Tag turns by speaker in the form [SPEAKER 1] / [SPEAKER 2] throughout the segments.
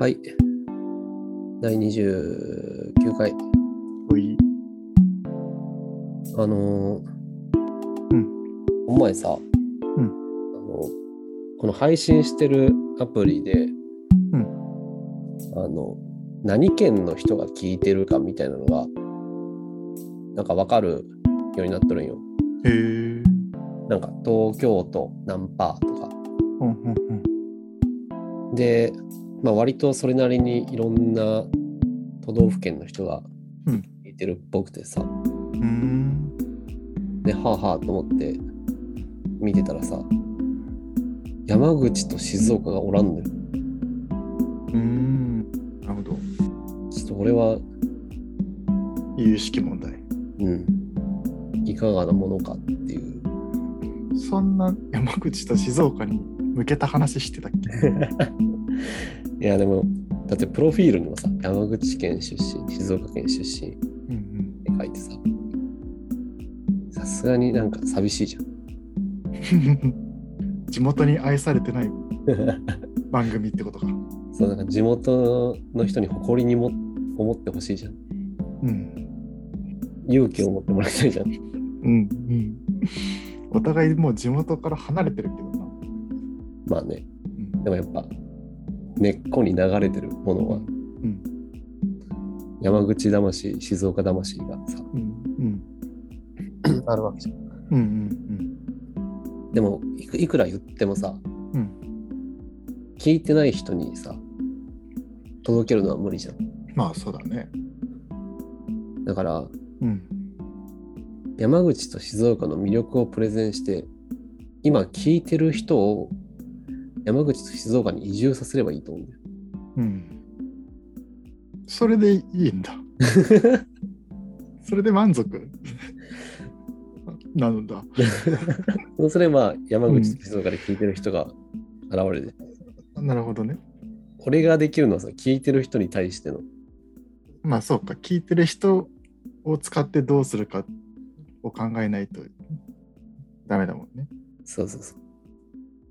[SPEAKER 1] はい。第29回。
[SPEAKER 2] おい。
[SPEAKER 1] あのー
[SPEAKER 2] うん
[SPEAKER 1] お前さ、
[SPEAKER 2] ん
[SPEAKER 1] あの、この配信してるアプリで、
[SPEAKER 2] ん
[SPEAKER 1] あの、何県の人が聞いてるかみたいなのが、なんかわかるようになっとるんよ。
[SPEAKER 2] へえ。
[SPEAKER 1] なんか、東京都何パーとか。
[SPEAKER 2] うんうんうん。
[SPEAKER 1] で、まあ、割とそれなりにいろんな都道府県の人が
[SPEAKER 2] うん
[SPEAKER 1] 聞いてるっぽくてさ、
[SPEAKER 2] うーん。
[SPEAKER 1] ではあはあと思って見てたらさ山口と静岡がおらんのよ
[SPEAKER 2] うーん。なるほど。
[SPEAKER 1] ちょっと俺は
[SPEAKER 2] 有識問題。
[SPEAKER 1] うんいかがなものかっていう
[SPEAKER 2] そんな山口と静岡に向けた話してたっけ
[SPEAKER 1] いやでもだってプロフィールにもさ山口県出身静岡県出身って
[SPEAKER 2] うん
[SPEAKER 1] 書いてささすがになんか寂しいじゃん
[SPEAKER 2] うん。 地元に愛されてない番組ってことか。
[SPEAKER 1] そうなんか地元の人に誇りにも思ってほしいじゃん
[SPEAKER 2] うん。
[SPEAKER 1] 勇気を持ってもらいたいじゃん
[SPEAKER 2] うんうん。お互いもう地元から離れてるけどな。
[SPEAKER 1] まあね
[SPEAKER 2] うん
[SPEAKER 1] でもやっぱ根っこに流れてるものは
[SPEAKER 2] うん
[SPEAKER 1] 山口魂静岡魂がさ
[SPEAKER 2] うんうん
[SPEAKER 1] あるわけじゃん
[SPEAKER 2] うんうん
[SPEAKER 1] でもいくいくら言ってもさ、
[SPEAKER 2] うん
[SPEAKER 1] 聞いてない人にさ届けるのは無理じゃん
[SPEAKER 2] うん。まあそうだね。
[SPEAKER 1] だから
[SPEAKER 2] うん。
[SPEAKER 1] 山口と静岡の魅力をプレゼンして今聞いてる人を山口と静岡に移住させればいいと思うんだよ
[SPEAKER 2] うん。それでいい んだ。それで満足なのだ。
[SPEAKER 1] そうすれば山口と静岡で聞いてる人が現れる、
[SPEAKER 2] なるほどね。
[SPEAKER 1] 俺ができるのはさ聞いてる人に対しての
[SPEAKER 2] まあそうか、聞いてる人を使ってどうするかを考えないとダメだもんね。
[SPEAKER 1] そうそうそう。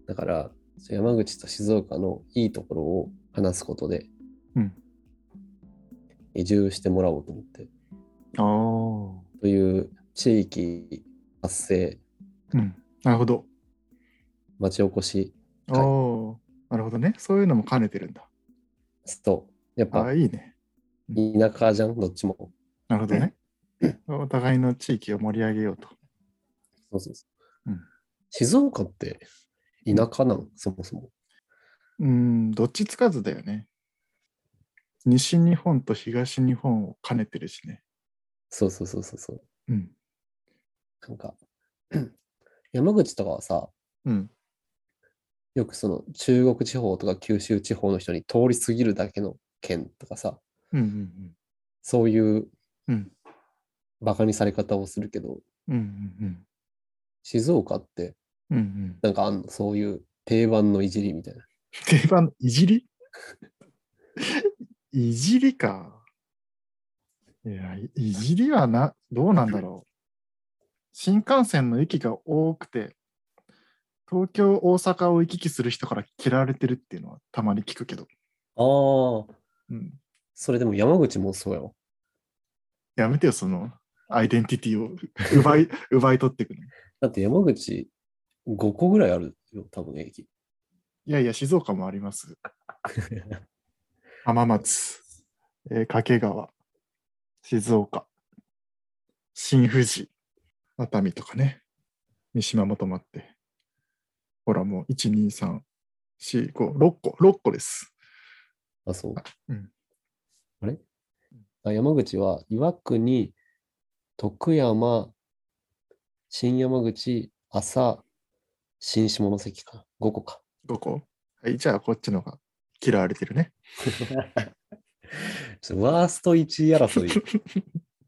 [SPEAKER 1] だから、山口と静岡のいいところを話すことで、
[SPEAKER 2] うん
[SPEAKER 1] 移住してもらおうと思って、
[SPEAKER 2] あ
[SPEAKER 1] という地域発生、
[SPEAKER 2] あ。うん。なるほど。
[SPEAKER 1] 町おこし、
[SPEAKER 2] ああ。なるほどね。そういうのも兼ねてるんだ。
[SPEAKER 1] と、やっ
[SPEAKER 2] ああ、
[SPEAKER 1] ぱ
[SPEAKER 2] いいね。
[SPEAKER 1] 田舎じゃん、どっちも。
[SPEAKER 2] なるほどね。お互いの地域を盛り上げようと。
[SPEAKER 1] そうそうそう
[SPEAKER 2] うん
[SPEAKER 1] 静岡って田舎なん、そもそも。
[SPEAKER 2] うん、どっちつかずだよね。西日本と東日本を兼ねてるしね。
[SPEAKER 1] そうそうそうそうそう。
[SPEAKER 2] うん。
[SPEAKER 1] なんか、 山口とかはさ、
[SPEAKER 2] うん。
[SPEAKER 1] よくその中国地方とか九州地方の人に通り過ぎるだけの県とかさ、
[SPEAKER 2] うんうん
[SPEAKER 1] そういう
[SPEAKER 2] うん。うん
[SPEAKER 1] バカにされ方をするけど、
[SPEAKER 2] うんうん
[SPEAKER 1] 静岡って
[SPEAKER 2] うん。うんうん。
[SPEAKER 1] なんかあんのそういう定番のいじりみたいな。
[SPEAKER 2] 定番、いじりいじりか。いや、いいじりはな、どうなんだろう。新幹線の駅が多くて、東京、大阪を行き来する人から嫌われてるっていうのはたまに聞くけど。
[SPEAKER 1] ああ。
[SPEAKER 2] うん、
[SPEAKER 1] それでも山口もそうやわ。
[SPEAKER 2] やめてよ、そのアイデンティティを 奪い、奪い取っていくの。い
[SPEAKER 1] だって山口5個ぐらいあるよ、多分駅。
[SPEAKER 2] やいや、静岡もあります。浜松、えー掛川、静岡、新富士、熱海とかね、三島も止まって、ほらもう1、2、3、4、5、6個、6個です。
[SPEAKER 1] あ、そう。
[SPEAKER 2] うん
[SPEAKER 1] あれあ山口は岩国、徳山、新山口、朝、新下関か。5個か。
[SPEAKER 2] 5個。はい、じゃあこっちのが嫌われてるね。
[SPEAKER 1] ちょっとワースト1位争 い。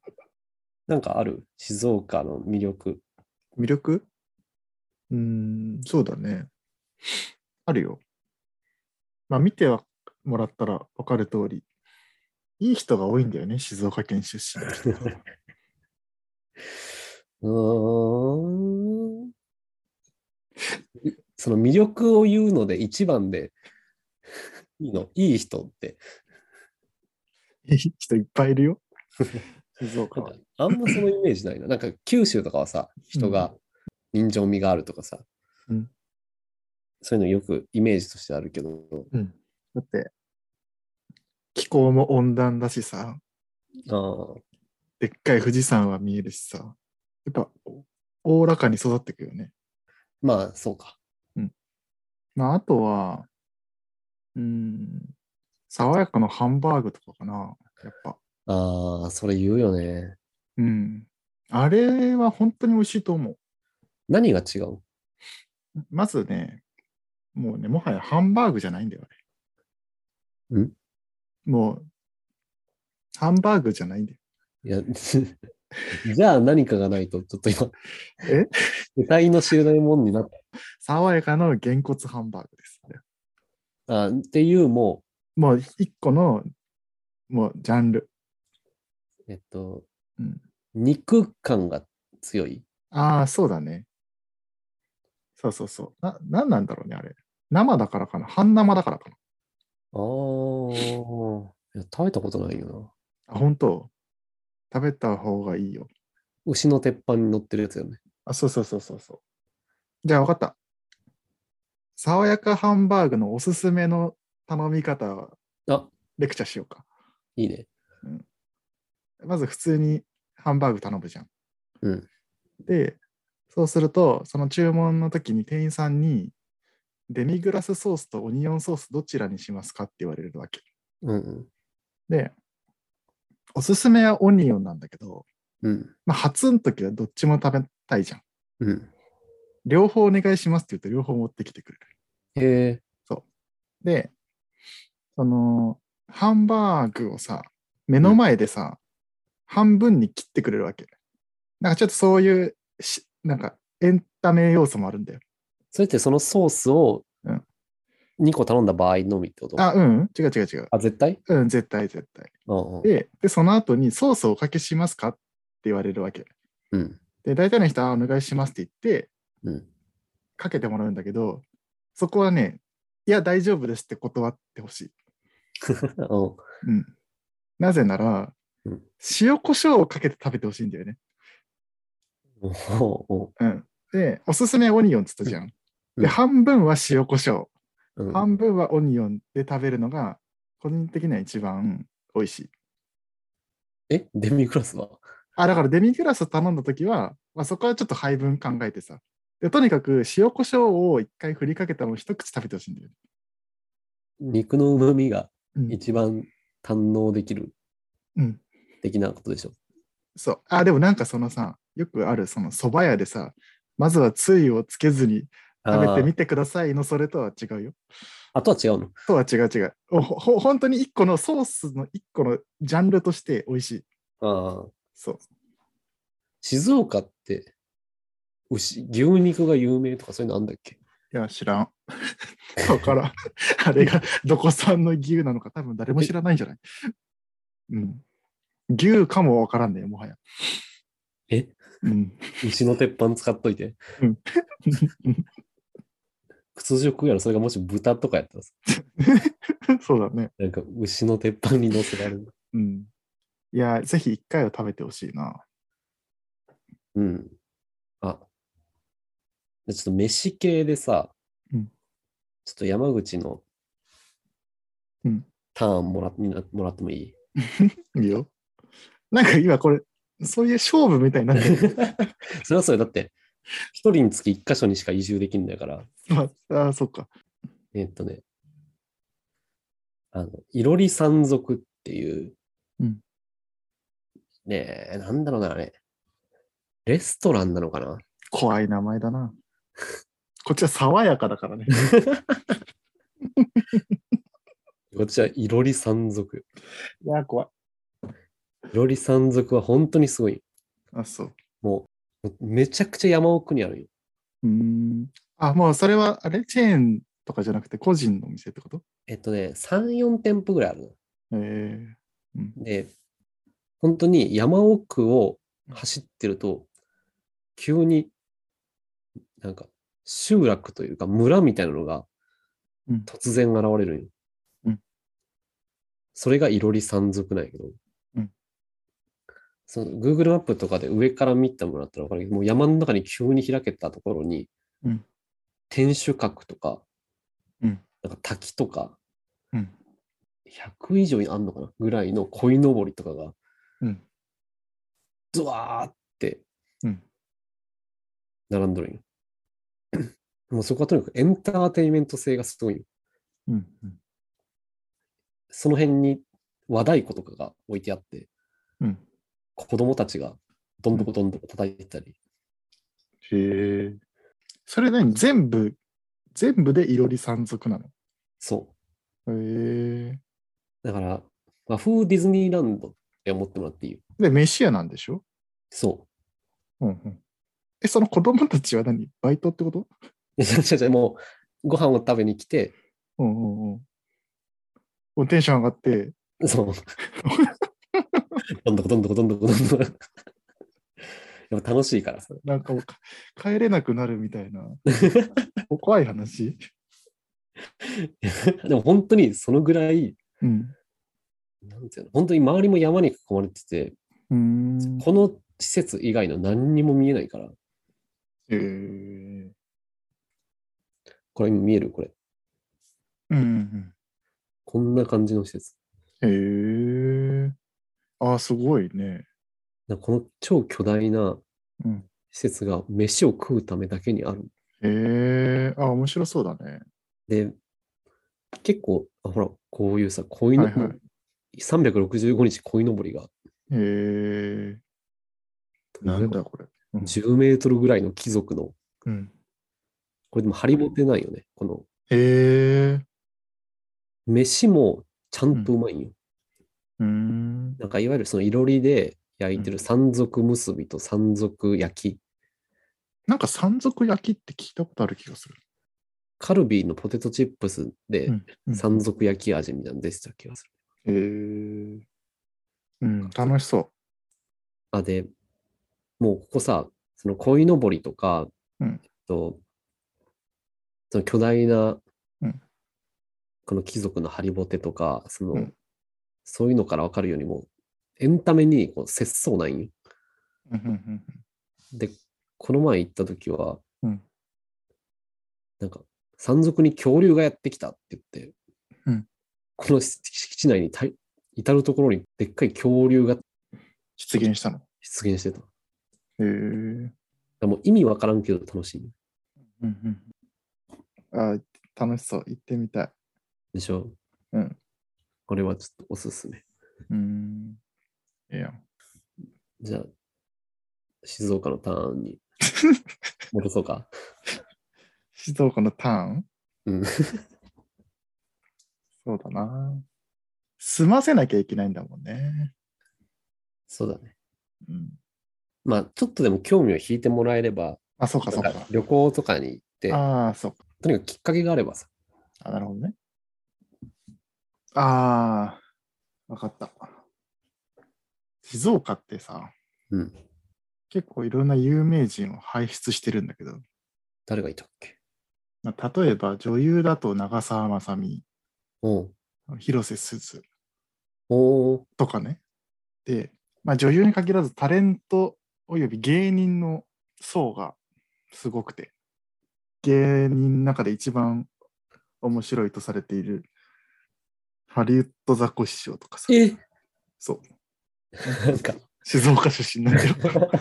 [SPEAKER 1] なんかある静岡の魅力。
[SPEAKER 2] 魅力うーん、そうだね。あるよ。まあ見てはもらったら分かる通り、いい人が多いんだよね、静岡県出身の人が。
[SPEAKER 1] うーん。その魅力を言うので一番で いいの、いい人って。
[SPEAKER 2] いい人いっぱいいるよ。 静岡
[SPEAKER 1] なん
[SPEAKER 2] は
[SPEAKER 1] か。あんまそのイメージないな。なんか九州とかはさ、人が人情味があるとかさ、
[SPEAKER 2] うん
[SPEAKER 1] そういうのよくイメージとしてあるけど、
[SPEAKER 2] うん、だって、気候も温暖だしさ、
[SPEAKER 1] あー
[SPEAKER 2] でっかい富士山は見えるしさ、やっぱおおおらかに育ってくよね。
[SPEAKER 1] まあそうか。
[SPEAKER 2] まあ、あとは、うん、爽やかなハンバーグとかかな、やっぱ。
[SPEAKER 1] ああ、それ言うよね。
[SPEAKER 2] うん。あれは本当に美味しいと思う。
[SPEAKER 1] 何が違う
[SPEAKER 2] まずね、もうね、もはやハンバーグじゃないんだよ、あれ。
[SPEAKER 1] ん
[SPEAKER 2] もう、ハンバーグじゃないんだよ。
[SPEAKER 1] いや、 じゃあ何かがないと、ちょっと今、
[SPEAKER 2] え
[SPEAKER 1] 世界の知れないもんになっ
[SPEAKER 2] 爽やかなげんこつハンバーグです。あれ
[SPEAKER 1] た。あーっていう、も
[SPEAKER 2] もう一個の、もうジャンル。
[SPEAKER 1] う、えっと、
[SPEAKER 2] うん
[SPEAKER 1] 肉感が強い。
[SPEAKER 2] ああ、そうだね。そうそうそう。な、なんなんだろうね、あれ。生だからかな。半生だからかな。
[SPEAKER 1] ああ、いや食べたことないよな。
[SPEAKER 2] あ、本当食べた方がいいよ。
[SPEAKER 1] 牛の鉄板に乗ってるやつよね。
[SPEAKER 2] あ、そうそうそうそうそう。じゃあ分かった。爽やかハンバーグのおすすめの頼み方、
[SPEAKER 1] あ
[SPEAKER 2] レクチャーしようか。
[SPEAKER 1] いいね。
[SPEAKER 2] まず普通にハンバーグ頼むじゃん。
[SPEAKER 1] うん。
[SPEAKER 2] で、そうすると、その注文の時に店員さんに、デミグラスソースとオニオンソースどちらにしますかって言われるわけ。
[SPEAKER 1] うんうん。
[SPEAKER 2] で、おすすめはオニオンなんだけど、
[SPEAKER 1] うん。
[SPEAKER 2] まあ、初の時はどっちも食べたいじゃん。
[SPEAKER 1] うん。
[SPEAKER 2] 両方お願いしますって言うと両方持ってきてくれる。
[SPEAKER 1] へえ。
[SPEAKER 2] で、その、ハンバーグをさ、目の前でさ、半分に切ってくれるわけ。なんかちょっとそういうし、なんかエンタメ要素もあるんだよ。
[SPEAKER 1] それってそのソースを
[SPEAKER 2] うん
[SPEAKER 1] 2個頼んだ場合のみってこと
[SPEAKER 2] あ、うん、違う違う違う。
[SPEAKER 1] あ、絶対
[SPEAKER 2] うん、絶対絶対。
[SPEAKER 1] うんうん。
[SPEAKER 2] で、でその後にソースをおかけしますかって言われるわけ。
[SPEAKER 1] うん。
[SPEAKER 2] で、大体の人はあお願いしますって言って、
[SPEAKER 1] うん。
[SPEAKER 2] かけてもらうんだけど、そこはね、いや、大丈夫ですって断ってほしい。
[SPEAKER 1] うん
[SPEAKER 2] うん。なぜなら、
[SPEAKER 1] うん
[SPEAKER 2] 塩コショウをかけて食べてほしいんだよね。
[SPEAKER 1] お
[SPEAKER 2] うん。で、おすすめオニオンっつったじゃん。
[SPEAKER 1] うん
[SPEAKER 2] で、半分は塩コショウ、
[SPEAKER 1] ううん
[SPEAKER 2] 半分はオニオンで食べるのが、個人的には一番美味しい。
[SPEAKER 1] え、デミグラスは
[SPEAKER 2] あ、だからデミグラス頼んだときは、まあ、そこはちょっと配分考えてさ。で、とにかく塩コショウを一回振りかけたのを一口食べてほしいんだよね。
[SPEAKER 1] 肉の旨味が
[SPEAKER 2] うん
[SPEAKER 1] 一番堪能できる
[SPEAKER 2] うん。
[SPEAKER 1] 的なことでしょ。
[SPEAKER 2] そう。あ、でもなんかそのさ、よくあるその蕎麦屋でさ、まずはつゆをつけずに食べてみてくださいのそれとは違うよ。
[SPEAKER 1] あーあとは違うの。
[SPEAKER 2] とは違う違う。おほほ本当に一個のソースの一個のジャンルとして美味しい。
[SPEAKER 1] あー
[SPEAKER 2] そう。
[SPEAKER 1] 静岡って牛牛肉が有名とかそういうのあんだっけ
[SPEAKER 2] いや、知らん。 だから、あれがどこ産の牛なのか多分誰も知らないんじゃないうん。牛かもわからんねもはや。
[SPEAKER 1] え
[SPEAKER 2] うん。
[SPEAKER 1] 牛の鉄板使っといて。
[SPEAKER 2] うん
[SPEAKER 1] 屈辱やろ、それがもし豚とかやったらさ
[SPEAKER 2] そうだね。
[SPEAKER 1] なんか牛の鉄板に乗せられる。
[SPEAKER 2] うん。いや、ぜひ一回は食べてほしいな。
[SPEAKER 1] うん。あ。でちょっと飯系でさ、
[SPEAKER 2] うん
[SPEAKER 1] ちょっと山口の
[SPEAKER 2] うん
[SPEAKER 1] ターンもらになもらってもい い
[SPEAKER 2] いいよ。なんか今これ、そういう勝負みたいにな ってる。
[SPEAKER 1] それはそれだって、一人につき一箇所にしか移住できんだから、
[SPEAKER 2] まあ、あーそっか。
[SPEAKER 1] えっとね、あの、いろり山賊っていう、
[SPEAKER 2] うん
[SPEAKER 1] ねえ、なんだろうな、あれ。レストランなのかな
[SPEAKER 2] 怖い名前だな。こっちは爽やかだからね。
[SPEAKER 1] こっちはいろり山賊。
[SPEAKER 2] いや、怖い。
[SPEAKER 1] いろり山賊は本当にすごい。
[SPEAKER 2] あ、そう。
[SPEAKER 1] もう、めちゃくちゃ山奥にあるよ。
[SPEAKER 2] うーん。あ、もうそれは、あれチェーンとかじゃなくて、個人のお店ってこと
[SPEAKER 1] えっとね、3、4店舗ぐらいあるの。
[SPEAKER 2] えー、うん。
[SPEAKER 1] で、本当に山奥を走ってると、急になんか集落というか村みたいなのが
[SPEAKER 2] うん
[SPEAKER 1] 突然現れるんよ。それがいろり山賊なんやけど、
[SPEAKER 2] うん
[SPEAKER 1] その Google マップとかで上から見てもらったら分かるけど、もう山の中に急に開けたところに、
[SPEAKER 2] うん
[SPEAKER 1] 天守閣とか、
[SPEAKER 2] うん
[SPEAKER 1] なんか滝とか、
[SPEAKER 2] うん
[SPEAKER 1] 100以上にあんのかなぐらいの鯉のぼりとかが、
[SPEAKER 2] うん
[SPEAKER 1] ズワーって、
[SPEAKER 2] うん
[SPEAKER 1] 並んどるんよ。 もうそこはとにかくエンターテインメント性がすごいよ
[SPEAKER 2] うんうん
[SPEAKER 1] その辺に和太鼓とかが置いてあって、
[SPEAKER 2] うん
[SPEAKER 1] 子供たちがどんどこどんどこ叩いてたり、
[SPEAKER 2] へえそれ何全部全部でいろり山賊なの
[SPEAKER 1] そ
[SPEAKER 2] へえ
[SPEAKER 1] う。だから、和風ディズニーランドって思ってもらっていいよ。
[SPEAKER 2] で飯屋なんでしょ
[SPEAKER 1] そ
[SPEAKER 2] うんうんえその子供たちは何バイトってこと
[SPEAKER 1] う。いや違う違う、もうご飯を食べに来て、
[SPEAKER 2] うんうんうんもうテンション上がって
[SPEAKER 1] そう。どんどこどんどこどんどこどんどこ。やっぱ楽しいからさ。
[SPEAKER 2] なん かもうか帰れなくなるみた いな怖い話
[SPEAKER 1] でも本当にそのぐらい、
[SPEAKER 2] うん
[SPEAKER 1] なんていうの、本当に周りも山に囲まれてて、
[SPEAKER 2] うーん
[SPEAKER 1] この施設以外の何にも見えないから、
[SPEAKER 2] へえ
[SPEAKER 1] これ今見えるこれ。
[SPEAKER 2] うんうん
[SPEAKER 1] こんな感じの施設。
[SPEAKER 2] うんへえあーすごいね
[SPEAKER 1] だからこの超巨大な
[SPEAKER 2] うん
[SPEAKER 1] 施設が飯を食うためだけにある。
[SPEAKER 2] へえあー面白そうだね
[SPEAKER 1] で、結構、あほら、こういうさ、鯉の、
[SPEAKER 2] はいはい
[SPEAKER 1] 365日鯉のぼりが
[SPEAKER 2] へえなんだこれうん
[SPEAKER 1] 10メートルぐらいの貴族の、
[SPEAKER 2] うん
[SPEAKER 1] これでも張り持てないよね。この、
[SPEAKER 2] へえ
[SPEAKER 1] 飯もちゃんとうまいんよ。
[SPEAKER 2] うーん
[SPEAKER 1] なんかいわゆるそのいろりで焼いてる山賊結びと山賊焼き、
[SPEAKER 2] なんか山賊焼きって聞いたことある気がする
[SPEAKER 1] カルビーのポテトチップスで
[SPEAKER 2] うんうん
[SPEAKER 1] 山賊焼き味みたいなの出てた気がする。
[SPEAKER 2] へえうん楽しそ
[SPEAKER 1] あ、で、もうここさ、その鯉のぼりとか、
[SPEAKER 2] うん
[SPEAKER 1] えっと、その巨大な、
[SPEAKER 2] うん
[SPEAKER 1] この貴族のハリボテとか、その、
[SPEAKER 2] うん
[SPEAKER 1] そういうのからわかるようにもう、エンタメにこう節操ないんよ
[SPEAKER 2] ううんうん
[SPEAKER 1] で、この前行った時は、
[SPEAKER 2] うん
[SPEAKER 1] なんか、山賊に恐竜がやってきたって言って、
[SPEAKER 2] うん
[SPEAKER 1] この敷地内にたい至るところにでっかい恐竜が
[SPEAKER 2] 出現したの
[SPEAKER 1] 出現してた。だか
[SPEAKER 2] へえ
[SPEAKER 1] らもう意味わからんけど楽しい。
[SPEAKER 2] うんうんあー楽しそう行ってみたい
[SPEAKER 1] でしょ
[SPEAKER 2] うん。
[SPEAKER 1] これはちょっとおすすめ。
[SPEAKER 2] うーんいいやん
[SPEAKER 1] じゃあ、静岡のターンに戻そう か。
[SPEAKER 2] 静岡のターン
[SPEAKER 1] うん。
[SPEAKER 2] そうだな。済ませなきゃいけないんだもんね。
[SPEAKER 1] そうだね。
[SPEAKER 2] うん、
[SPEAKER 1] まあ、ちょっとでも興味を引いてもらえれば、
[SPEAKER 2] あ、そうか、そう
[SPEAKER 1] な
[SPEAKER 2] か
[SPEAKER 1] んか。旅行とかに行って、
[SPEAKER 2] ああ、そうか。
[SPEAKER 1] とにかくきっかけがあればさ、
[SPEAKER 2] あなるほどね。ああ、わかった。静岡ってさ、
[SPEAKER 1] うん。
[SPEAKER 2] 結構いろんな有名人を輩出してるんだけど、
[SPEAKER 1] 誰がいたっけ
[SPEAKER 2] まあ例えば女優だと長澤まさみ、
[SPEAKER 1] おう
[SPEAKER 2] 広瀬すず
[SPEAKER 1] おー
[SPEAKER 2] とかね。で、まあ、女優に限らずタレントおよび芸人の層がすごくて芸人の中で一番面白いとされているハリウッドザコシショウとかさ
[SPEAKER 1] え
[SPEAKER 2] そう
[SPEAKER 1] なんか、
[SPEAKER 2] 静岡出身なんだけど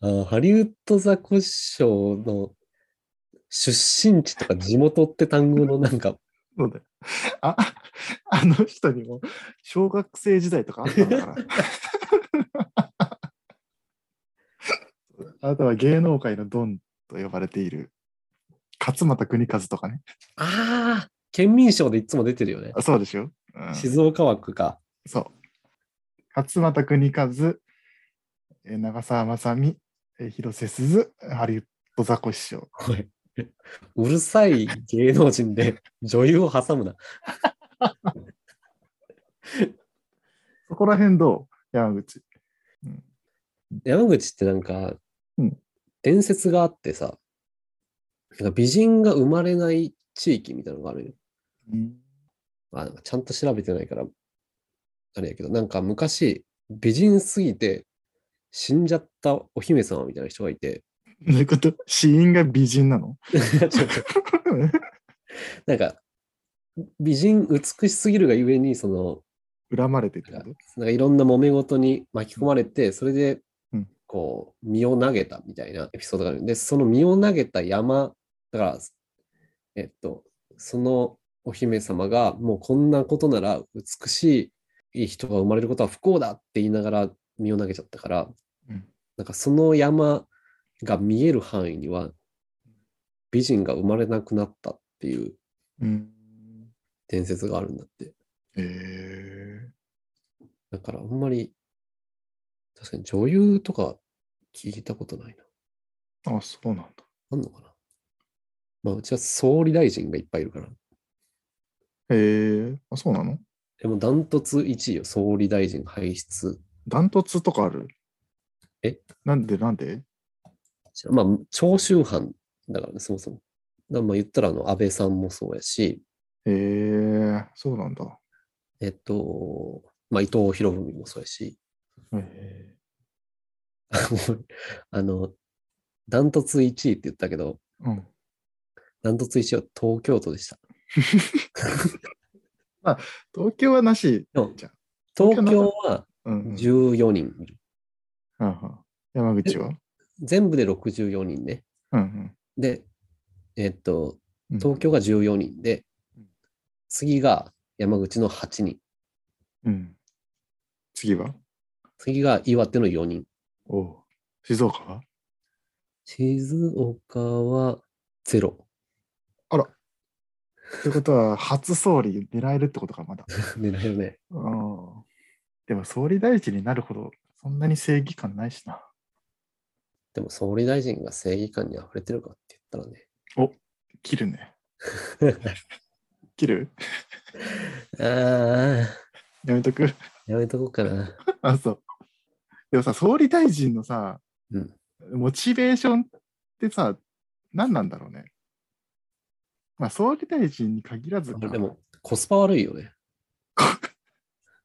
[SPEAKER 1] あーハリウッドザコシショウの出身地とか地元って単語のなんか、
[SPEAKER 2] そうだよあ あの人にも小学生時代とかあったのかな あとは芸能界のドンと呼ばれている勝俣邦和とかね
[SPEAKER 1] ああ、県民賞でいつも出てるよね。
[SPEAKER 2] あそうでしょ、うん、
[SPEAKER 1] 静岡枠か。
[SPEAKER 2] そう。勝俣邦和、えー長澤まさみ、えー広瀬すず、ハリウッドザコシショウ。
[SPEAKER 1] おいうるさい芸能人で女優を挟むな。
[SPEAKER 2] そこら辺どう山口。うん、
[SPEAKER 1] 山口ってなんか
[SPEAKER 2] うん、
[SPEAKER 1] 伝説があってさ、なんか美人が生まれない地域みたいなのがあるよ。あ、ちゃんと調べてないから、あれやけど、なんか昔、美人すぎて死んじゃったお姫様みたいな人がいて、
[SPEAKER 2] どういうこと死因が美人なの
[SPEAKER 1] なんか、美人美しすぎるがゆえに、その、
[SPEAKER 2] 恨まれてってこと
[SPEAKER 1] なんかいろんな揉め事に巻き込まれて、それで
[SPEAKER 2] うん、
[SPEAKER 1] こう、身を投げたみたいなエピソードがあるんで、その身を投げた山、だから、えっと、そのお姫様が、もうこんなことなら美しいいい人が生まれることは不幸だって言いながら身を投げちゃったから、
[SPEAKER 2] うん
[SPEAKER 1] なんかその山が見える範囲には、美人が生まれなくなったっていう
[SPEAKER 2] うん。
[SPEAKER 1] 伝説があるんだって。
[SPEAKER 2] えー、
[SPEAKER 1] だからあんまり、確かに女優とか聞いたことない
[SPEAKER 2] あ、そうなんだ。
[SPEAKER 1] な。あんのかなまあうちは総理大臣がいっぱいいるから。
[SPEAKER 2] えー、あ、そうなの
[SPEAKER 1] でもダントツ1位よ、総理大臣輩出。
[SPEAKER 2] ダントツとかある
[SPEAKER 1] え
[SPEAKER 2] なんでなんで
[SPEAKER 1] まあ長州藩だからね、そもそも。だからまあ言ったらあの安倍さんもそうやし、
[SPEAKER 2] えー、そうなんだ。
[SPEAKER 1] えっと、まあ伊藤博文もそうやし、
[SPEAKER 2] え
[SPEAKER 1] あの、ダントツ1位って言ったけど、
[SPEAKER 2] ー、うん。
[SPEAKER 1] ダントツ1位は東京都でした。
[SPEAKER 2] 東京はなし。
[SPEAKER 1] 東
[SPEAKER 2] 東京
[SPEAKER 1] 京
[SPEAKER 2] な
[SPEAKER 1] は
[SPEAKER 2] うん、うん。
[SPEAKER 1] 14人いる。
[SPEAKER 2] はんはん山口は
[SPEAKER 1] 全部で64人ね。
[SPEAKER 2] うんうん
[SPEAKER 1] で、えっと、
[SPEAKER 2] うん。
[SPEAKER 1] 東京が14人で、
[SPEAKER 2] うん
[SPEAKER 1] 次が山口の8人、
[SPEAKER 2] うん。次は
[SPEAKER 1] 次が岩手の4人、
[SPEAKER 2] おう静岡 は
[SPEAKER 1] 静岡はゼロ
[SPEAKER 2] ってことは、初総理狙えるってことか、まだ。
[SPEAKER 1] 狙えるね。
[SPEAKER 2] うんでも、総理大臣になるほど、そんなに正義感ないしな。
[SPEAKER 1] でも総理大臣が正義感に溢れてるかって言ったらね。
[SPEAKER 2] 切るね。切る
[SPEAKER 1] あ
[SPEAKER 2] やめとく。
[SPEAKER 1] あ、やめとこうかな。
[SPEAKER 2] あ、そう。でもさ、総理大臣のさ、
[SPEAKER 1] うん。
[SPEAKER 2] モチベーションってさ、何なんだろうね。まあ、総理大臣に限らずか。
[SPEAKER 1] でもコスパ悪いよね。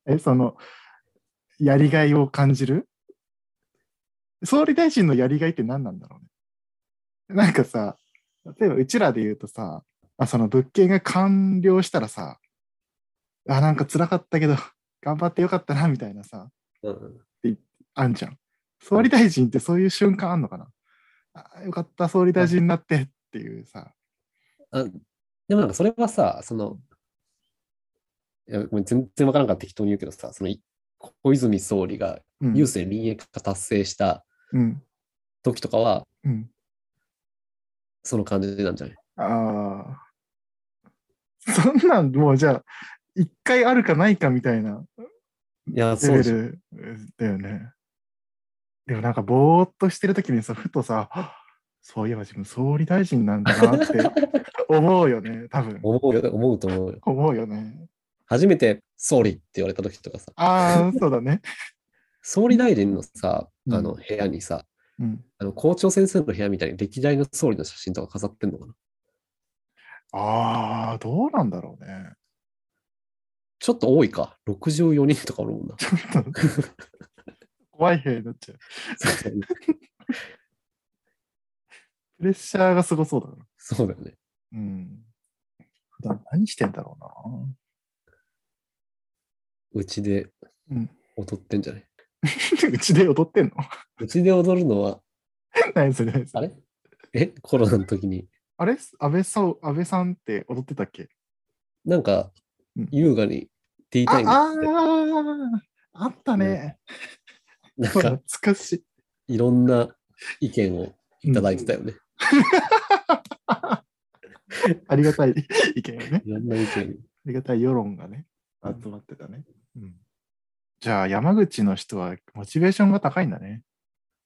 [SPEAKER 2] え、その、やりがいを感じる総理大臣のやりがいって何なんだろうね。なんかさ、例えばうちらで言うとさ、あその物件が完了したらさ、あ、なんか辛かったけど、頑張ってよかったな、みたいなさ、
[SPEAKER 1] うん。
[SPEAKER 2] あんじゃん。総理大臣ってそういう瞬間あんのかなあよかった、総理大臣になってっていうさ。
[SPEAKER 1] あでもなんかそれはさ、その、いやごめん全然わからんから適当に言うけどさ、そのい小泉総理が
[SPEAKER 2] うん
[SPEAKER 1] 郵。政民営化達成した
[SPEAKER 2] うん。
[SPEAKER 1] 時とかは、
[SPEAKER 2] うん。
[SPEAKER 1] その感じなんじゃない
[SPEAKER 2] ああ。そんなんもうじゃあ、一回あるかないかみたいない
[SPEAKER 1] や、
[SPEAKER 2] レ
[SPEAKER 1] そう
[SPEAKER 2] ベ
[SPEAKER 1] でしょ
[SPEAKER 2] ルだよね。でもなんかぼーっとしてるときにさ、ふとさ、あそういえば自分総理大臣なんだなって 思うよね、多分。
[SPEAKER 1] 思うよ、思うと思うよ。
[SPEAKER 2] 思うよね。
[SPEAKER 1] 初めて総理って言われた時とかさ、
[SPEAKER 2] ああ、そうだね。
[SPEAKER 1] 総理大臣のさ、
[SPEAKER 2] うん
[SPEAKER 1] あの部屋にさ、
[SPEAKER 2] うん、
[SPEAKER 1] あの校長先生の部屋みたいに歴代の総理の写真とか飾ってんのかな
[SPEAKER 2] ああ、どうなんだろうね。
[SPEAKER 1] ちょっと多いか。64人とかおるもんな。
[SPEAKER 2] ちょっと怖い部屋になっちゃう。プレッシャーがすごそうだな。
[SPEAKER 1] そうだよね。
[SPEAKER 2] うん。普段何してんだろ
[SPEAKER 1] うちで
[SPEAKER 2] うな。
[SPEAKER 1] 踊ってんじゃない
[SPEAKER 2] うん。うちで踊ってんの
[SPEAKER 1] うちで踊るのは、
[SPEAKER 2] 何それ何それ
[SPEAKER 1] あれえコロナの時に、
[SPEAKER 2] あれ安倍さん安倍さんって踊ってたっけ
[SPEAKER 1] なんか
[SPEAKER 2] うん、
[SPEAKER 1] 優雅にティー
[SPEAKER 2] あ
[SPEAKER 1] タイムっ
[SPEAKER 2] あ
[SPEAKER 1] て、
[SPEAKER 2] ーあったね。
[SPEAKER 1] なん
[SPEAKER 2] 懐
[SPEAKER 1] か、
[SPEAKER 2] かし
[SPEAKER 1] いろんな意見を
[SPEAKER 2] い。
[SPEAKER 1] いただいてたよね。
[SPEAKER 2] うんありがたい意見をね。
[SPEAKER 1] いろんな意見。
[SPEAKER 2] ありがたい世論がね、
[SPEAKER 1] うん
[SPEAKER 2] 集まってたね。うんじゃあ、山口の人はモチベーションが高いんだね。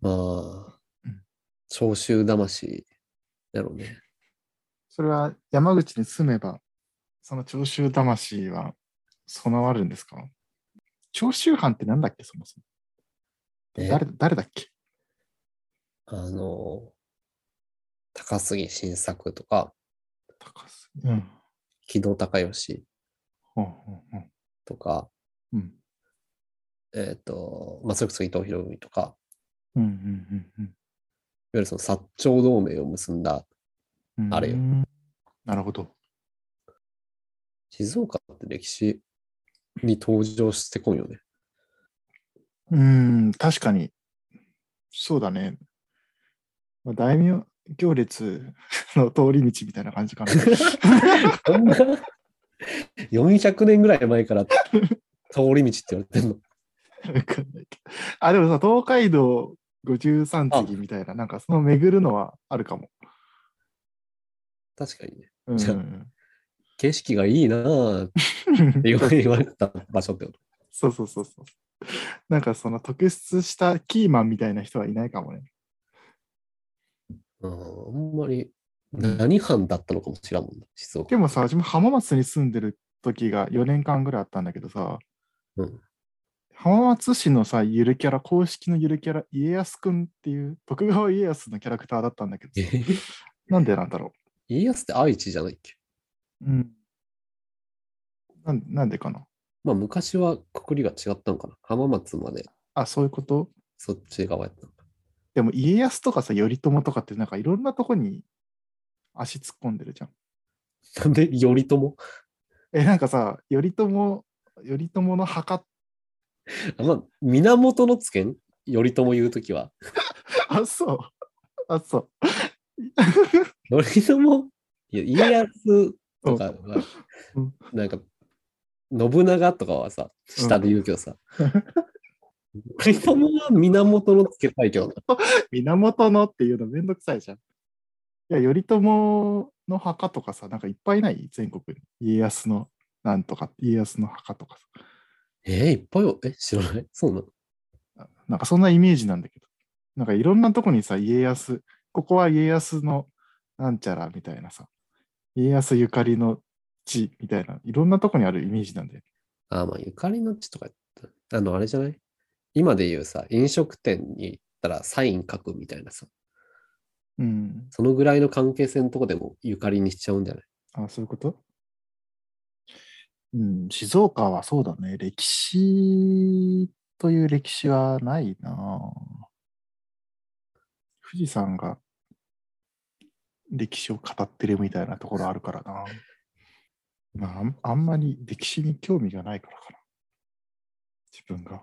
[SPEAKER 1] まあ
[SPEAKER 2] うん、
[SPEAKER 1] 長州魂だろうね。
[SPEAKER 2] それは山口に住めば、その長州魂は備わるんですか長州藩ってなんだっけ、そもそも。
[SPEAKER 1] え
[SPEAKER 2] 誰誰だっけ
[SPEAKER 1] あの、高杉晋作とか、
[SPEAKER 2] 高杉。うん。
[SPEAKER 1] 木戸孝允、
[SPEAKER 2] うんうん
[SPEAKER 1] とか、
[SPEAKER 2] うん
[SPEAKER 1] えっ、と、まあ、それこそ伊藤博文とか、
[SPEAKER 2] うんうんうん
[SPEAKER 1] いわゆるその薩長同盟を結んだ
[SPEAKER 2] うん
[SPEAKER 1] あれよ
[SPEAKER 2] うんなるほど。
[SPEAKER 1] 静岡って歴史に登場してこんよね。
[SPEAKER 2] うん、確かに。そうだね。まあ、大名行列 の通り道みたいな 感じかな。
[SPEAKER 1] そんな400年ぐらい前から通り道って言われてんの。
[SPEAKER 2] わかんないけど。あ、でもさ、東海道53次みたいな、なんかその巡るのはあるかも。
[SPEAKER 1] 確かにね。
[SPEAKER 2] うん
[SPEAKER 1] じゃあ 景色がいいなあって言わ言われた場所ってこと。
[SPEAKER 2] そうそうそうそう。なんかその特出したキーマンみたいな人はいないかもね。
[SPEAKER 1] うん、あんまり何藩だったのかもしらんもんな、静岡。
[SPEAKER 2] でもさ、私も浜松に住んでる時が4年間ぐらいあったんだけどさ、
[SPEAKER 1] うん
[SPEAKER 2] 浜松市のさ、ゆるキャラ、公式のゆるキャラ、家康くんっていう、徳川家康のキャラクターだったんだけど
[SPEAKER 1] え
[SPEAKER 2] さ、
[SPEAKER 1] へへ
[SPEAKER 2] なんでなんだろ
[SPEAKER 1] 家康って愛知じゃないっけ
[SPEAKER 2] う。うん。なんなんでかな。
[SPEAKER 1] まあ昔はくくりが違ったんかな。浜松まで
[SPEAKER 2] あ、そういうこと
[SPEAKER 1] そっち側やったのか。
[SPEAKER 2] でも家康とかさ、頼朝とかってなんかいろんなとこに足突っ込んでるじゃん。
[SPEAKER 1] なんで頼朝
[SPEAKER 2] え、なんかさ、頼朝、頼朝の墓、
[SPEAKER 1] あまあ、源のつけん頼朝言うときは。
[SPEAKER 2] あ、そう、あ、そう。
[SPEAKER 1] 頼朝いや家康とかは
[SPEAKER 2] うん、
[SPEAKER 1] なんか、信長とかはさ、下で言うけどさ。頼朝は源のつけたいけどな。
[SPEAKER 2] 源のっていうのめんどくさいじゃん。いや、頼朝の墓とかさ、なんかいっぱいない全国に。家康のなんとか、家康の墓とかさ。
[SPEAKER 1] えー、いっぱいよ。え、知らないそうなの
[SPEAKER 2] あなんかそんなイメージなんだけど。なんかいろんなとこにさ、家康、ここは家康のなんちゃらみたいなさ、家康ゆかりの地みたいな、いろんなとこにあるイメージなんだよ。
[SPEAKER 1] あー、まあ、ゆかりの地とかやったあの、あれじゃない今で言うさ、飲食店に行ったらサイン書くみたいなさ、
[SPEAKER 2] うん。
[SPEAKER 1] そのぐらいの関係性のとこでもゆかりにしちゃうんじゃない
[SPEAKER 2] あ、そういうことうん、静岡はそうだね。歴史という歴史はないなあ富士山が歴史を語ってるみたいなところあるからな。まああん、あんまり歴史に興味がないからかな。自分が。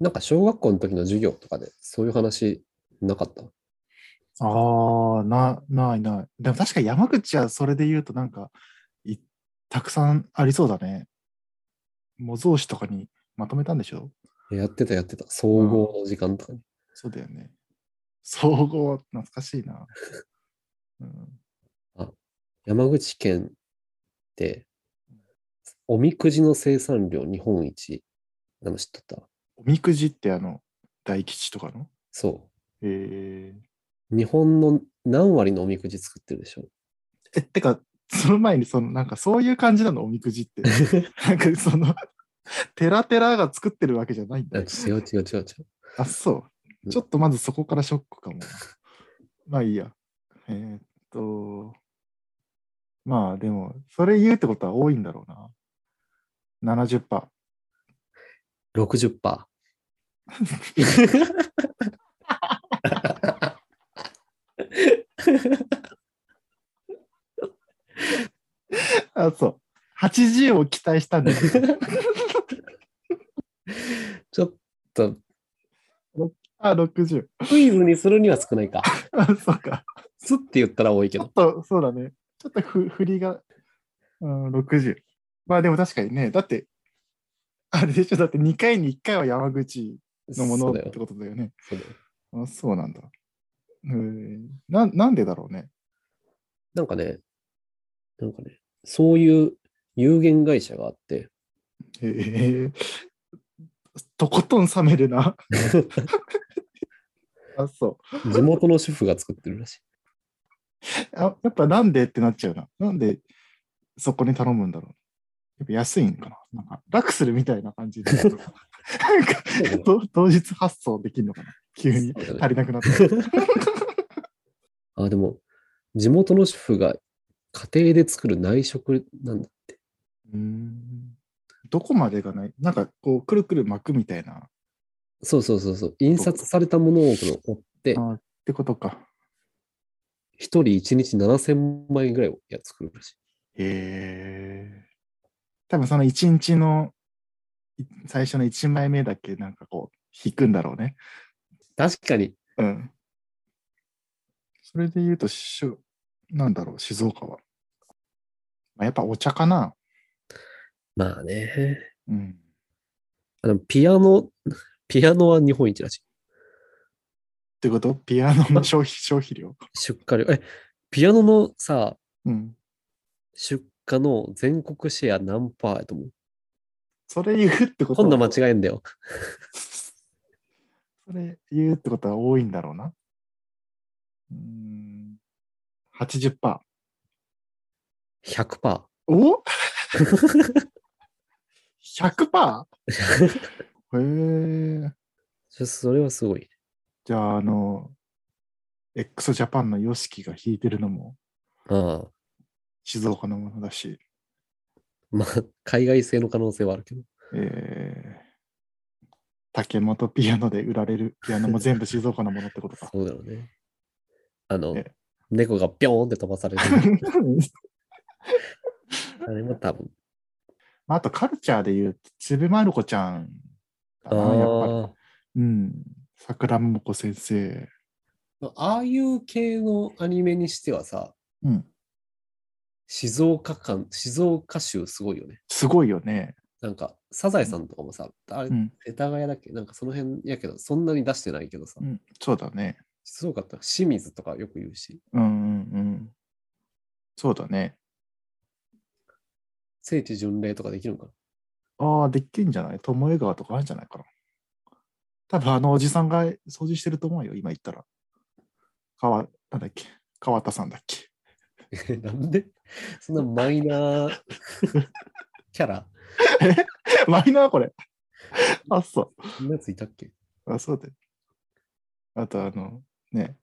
[SPEAKER 1] なんか小学校の時の授業とかでそういう話なかった
[SPEAKER 2] ああ、な、ないない。でも確かに山口はそれで言うとなんか、いたくさんありそうだね。模造紙とかにまとめたんでしょ
[SPEAKER 1] やってたやってた。総合の時間とかに。
[SPEAKER 2] そうだよね。総合、懐かしいな。 うん、
[SPEAKER 1] 山口県って、おみくじの生産量日本一なの知っとった
[SPEAKER 2] おみくじってあの、大吉とかの
[SPEAKER 1] そ
[SPEAKER 2] え
[SPEAKER 1] う。日本の何割のおみくじ作ってるでしょ
[SPEAKER 2] ー、え、てか、その前にその、なんかそういう感じなの、おみくじって。なんかその、テラテラが作ってるわけじゃないんだ
[SPEAKER 1] あ違
[SPEAKER 2] よ。
[SPEAKER 1] う違う違う違う。
[SPEAKER 2] あ、そうう。
[SPEAKER 1] ん
[SPEAKER 2] ちょっとまずそこからショックかもな。まあいいや。えーっと、まあでも、それ言うってことは多いんだろうな。70%。
[SPEAKER 1] 60%。
[SPEAKER 2] あ、そう。80を期待したんだけど
[SPEAKER 1] ちょっと、
[SPEAKER 2] あ、60。
[SPEAKER 1] クイズにするには少ない か。
[SPEAKER 2] あ、そうか。
[SPEAKER 1] すって言ったら多いけ
[SPEAKER 2] ちょ
[SPEAKER 1] ど
[SPEAKER 2] っ。と、そうだね。ちょっとふ振りが、うん、60。まあでも確かにね、だって、あれでしょ、だって2回に1回は山口のもの
[SPEAKER 1] そ
[SPEAKER 2] っ
[SPEAKER 1] うだ
[SPEAKER 2] て
[SPEAKER 1] よ。
[SPEAKER 2] ことだよね。
[SPEAKER 1] そうだよ
[SPEAKER 2] あ、そうなんだ。えー、ななんでだろうね。
[SPEAKER 1] なんかね、なんかね、そういう有限会社があって、
[SPEAKER 2] えー、 とことん冷めるな。 あ、そ
[SPEAKER 1] 地元の主婦が作ってるらしい。
[SPEAKER 2] うあ。やっぱなんでってなっちゃうな。なんでそこに頼むんだろう。やっぱ安いんかな。なんか楽するみたいな感じで。なんかと同日発送できるのかな。 急に
[SPEAKER 1] そうだね
[SPEAKER 2] 足りなくなった。
[SPEAKER 1] あ、でも、地元の主婦が家庭で作る内食なんだ。
[SPEAKER 2] うんどこまでがないなんかこうくるくる巻くみたいなっ
[SPEAKER 1] そうそうそうそう。印刷されたものをこの追って、
[SPEAKER 2] あてことか。
[SPEAKER 1] 一人一日7000枚ぐらいをやっ作るらしい。
[SPEAKER 2] へえ。多分その1日のい最初の1枚目だけなんかこう引くんだろうね。
[SPEAKER 1] 確かに、
[SPEAKER 2] うん。それで言うと、しゅなんだろう、静岡は。まあ、やっぱお茶かな。
[SPEAKER 1] まあね。
[SPEAKER 2] うん。
[SPEAKER 1] あの、ピアノ、ピアノは日本一らしい。
[SPEAKER 2] ってことピアノ の消費消費量。
[SPEAKER 1] 出荷量。え、ピアノのさ、
[SPEAKER 2] うん。
[SPEAKER 1] 出荷の全国シェア何パーやと思う
[SPEAKER 2] それ言うってこと
[SPEAKER 1] 今度間
[SPEAKER 2] え。
[SPEAKER 1] 違えんだよ。
[SPEAKER 2] それ言うってことは多いんだろうな。うーん。80%。
[SPEAKER 1] 100%パ
[SPEAKER 2] お 100%? へえ。
[SPEAKER 1] ー。それはすごい。
[SPEAKER 2] じゃあ、あの、x ジャパンの YOSHIKI が弾いてるのも
[SPEAKER 1] ああ。
[SPEAKER 2] 静岡のものだし、
[SPEAKER 1] まあ、海外製の可能性はあるけど。
[SPEAKER 2] えー竹本ピアノで売られるピアノも全部静岡のものってこと か。
[SPEAKER 1] そうだろうね。あの
[SPEAKER 2] え、
[SPEAKER 1] 猫がビョーンって飛ばされ てる。あれも多分。
[SPEAKER 2] まああと、カルチャーで言うと、ちびまる子ちゃんだな、やっぱり。
[SPEAKER 1] あ
[SPEAKER 2] うん。桜ももこ先生。
[SPEAKER 1] あ。ああいう系のアニメにしてはさ、
[SPEAKER 2] うん。
[SPEAKER 1] 静岡感、静岡州すごいよね。
[SPEAKER 2] すごいよね。
[SPEAKER 1] なんか、サザエさんとかもさ、あれ
[SPEAKER 2] う、ん。
[SPEAKER 1] 世田谷だっけなんかその辺やけど、そんなに出してないけどさ
[SPEAKER 2] う、ん、そうだね。
[SPEAKER 1] 静岡って清水とかよく言うし、
[SPEAKER 2] うんうんうん。そうだね。
[SPEAKER 1] 聖地巡礼とかできるのかな
[SPEAKER 2] ああ、できんじゃない巴川とかあるんじゃないかな。多分あのおじさんが掃除してると思うよ、今言ったら。川、なんだっけ川田さんだっけ
[SPEAKER 1] えなんでそんなマイナーキャラ
[SPEAKER 2] マイナーこれ。 あ、そ
[SPEAKER 1] そんなやついたっけ
[SPEAKER 2] う。あ、そうだよ。あとあの、ね、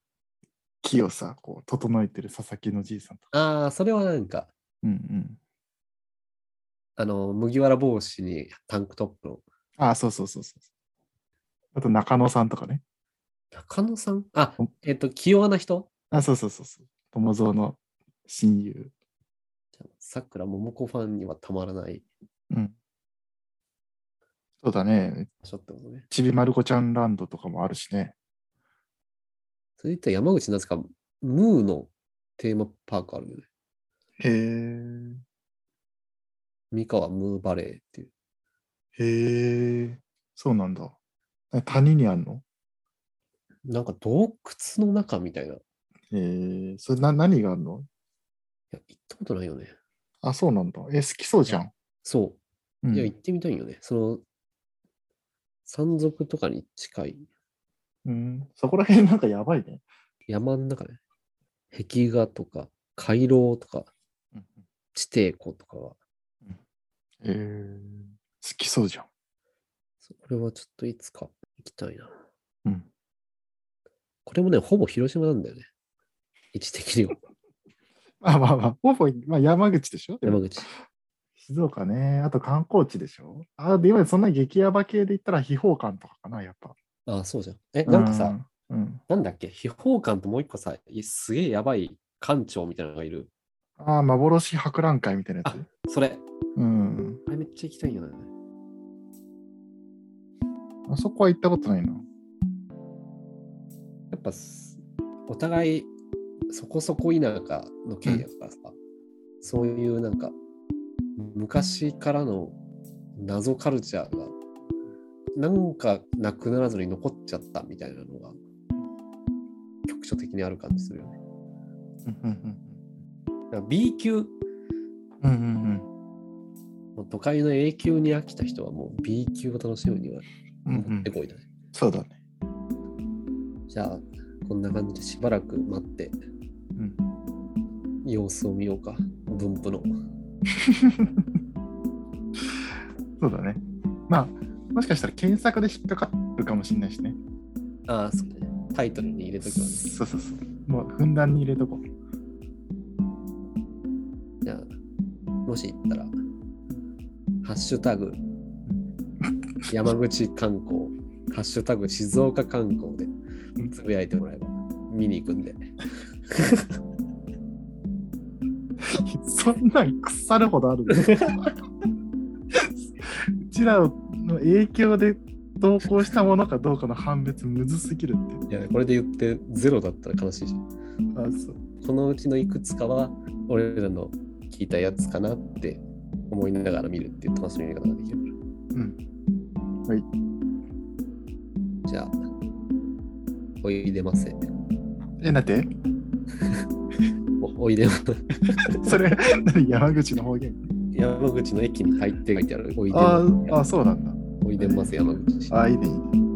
[SPEAKER 2] 木をさ、こう、整えてる佐々木のじいさんとか。
[SPEAKER 1] ああ、それはなんか、
[SPEAKER 2] うんうん。
[SPEAKER 1] あの、麦わら帽子にタンクトップの
[SPEAKER 2] あ、そうそうそうそう。あと中野さんとかね。
[SPEAKER 1] 中野さんあ
[SPEAKER 2] お、
[SPEAKER 1] えっ、と、器用な人
[SPEAKER 2] あ、そうそうそうそう。友蔵の親友。
[SPEAKER 1] さくらももこファンにはたまらない
[SPEAKER 2] うん。そうだね。
[SPEAKER 1] 場所ってことね。
[SPEAKER 2] ちびまる子ちゃんランドとかもあるしね。
[SPEAKER 1] それいったら山口なぜか、ムーのテーマパークあるよね。
[SPEAKER 2] へえ。
[SPEAKER 1] 三河ムーバレーっていう。
[SPEAKER 2] へえ。そうなんだ。え谷にあんの
[SPEAKER 1] なんか洞窟の中みたいな。い
[SPEAKER 2] へえ。それな、何があんの
[SPEAKER 1] や、行ったことないよね。
[SPEAKER 2] あ、そうなんだ。え、好きそうじゃん。
[SPEAKER 1] そうう。
[SPEAKER 2] ん
[SPEAKER 1] いや、行ってみたいよね。その、山賊とかに近い
[SPEAKER 2] うん、そこら辺なんかやばいね。
[SPEAKER 1] 山の中ね。壁画とか、回廊とか、
[SPEAKER 2] うん
[SPEAKER 1] 地底湖とかは、
[SPEAKER 2] へえ。好きそうじゃん。
[SPEAKER 1] そこれはちょっといつか行きたいな。
[SPEAKER 2] うん。
[SPEAKER 1] これもね、ほぼ広島なんだよね。位置的には
[SPEAKER 2] まあまあまあ、ほぼ、まあ山口でしょでも
[SPEAKER 1] 山口。
[SPEAKER 2] 静岡ね。あと観光地でしょあ、で、今そんな激ヤバ系で言ったら秘宝館とかかな、やっぱ。
[SPEAKER 1] ああ、そうじゃん。え、なんかさ、
[SPEAKER 2] うん、うん。
[SPEAKER 1] なんだっけ、秘宝館ともう一個さ、いすげえやばい館長みたいなのがいる。
[SPEAKER 2] ああ、幻博覧会みたいなや
[SPEAKER 1] あ
[SPEAKER 2] つ。
[SPEAKER 1] それ、
[SPEAKER 2] うん。
[SPEAKER 1] あれめっちゃ行きたいよね。
[SPEAKER 2] あそこは行ったことないな。
[SPEAKER 1] やっぱす、お互いそこそこ田舎の経営だからさ、そういうなんか、昔からの謎カルチャーが、なんかなくならずに残っちゃったみたいなのが、局所的にある感じするよね。
[SPEAKER 2] うんうん
[SPEAKER 1] だから B 級、
[SPEAKER 2] うん。うんうん
[SPEAKER 1] もう都会の A 級に飽きた人はもう B 級を楽しむには
[SPEAKER 2] うんうんう
[SPEAKER 1] 持っ
[SPEAKER 2] ん
[SPEAKER 1] て。こいだね。
[SPEAKER 2] そうだね。
[SPEAKER 1] じゃあ、こんな感じでしばらく待って、
[SPEAKER 2] ん
[SPEAKER 1] 様子を見ようか、分布の。
[SPEAKER 2] そうだね。まあ、もしかしたら検索で引っかかるかもしれないしね。
[SPEAKER 1] ああ、そうね。タイトルに入れときます。
[SPEAKER 2] そうそうそう。もう、ふんだんに入れとこう。
[SPEAKER 1] じゃあ、もし行ったら、ハッシュタグ、山口観光、ハッシュタグ、静岡観光でつぶやいてもらえば、見に行くんで。
[SPEAKER 2] そんなん腐るほどある。 うちらの影響で投稿したものかどうかの判別むずすぎるって。
[SPEAKER 1] いや、これで言ってゼロだったら悲しいじゃん。
[SPEAKER 2] あそう
[SPEAKER 1] このうちのいくつかは、俺らの聞いたやつかなって思いながら見るっていう楽しみ方ができる。
[SPEAKER 2] うん。
[SPEAKER 1] じゃあ、おいでませ。
[SPEAKER 2] え、なんて
[SPEAKER 1] おおいでま
[SPEAKER 2] そ れ、何山口の方言
[SPEAKER 1] 山口の駅に入って書いてあるおいで
[SPEAKER 2] あーあ、
[SPEAKER 1] ま
[SPEAKER 2] そうなんだ。
[SPEAKER 1] おいでませ山口。
[SPEAKER 2] ああ、いいね、いいね。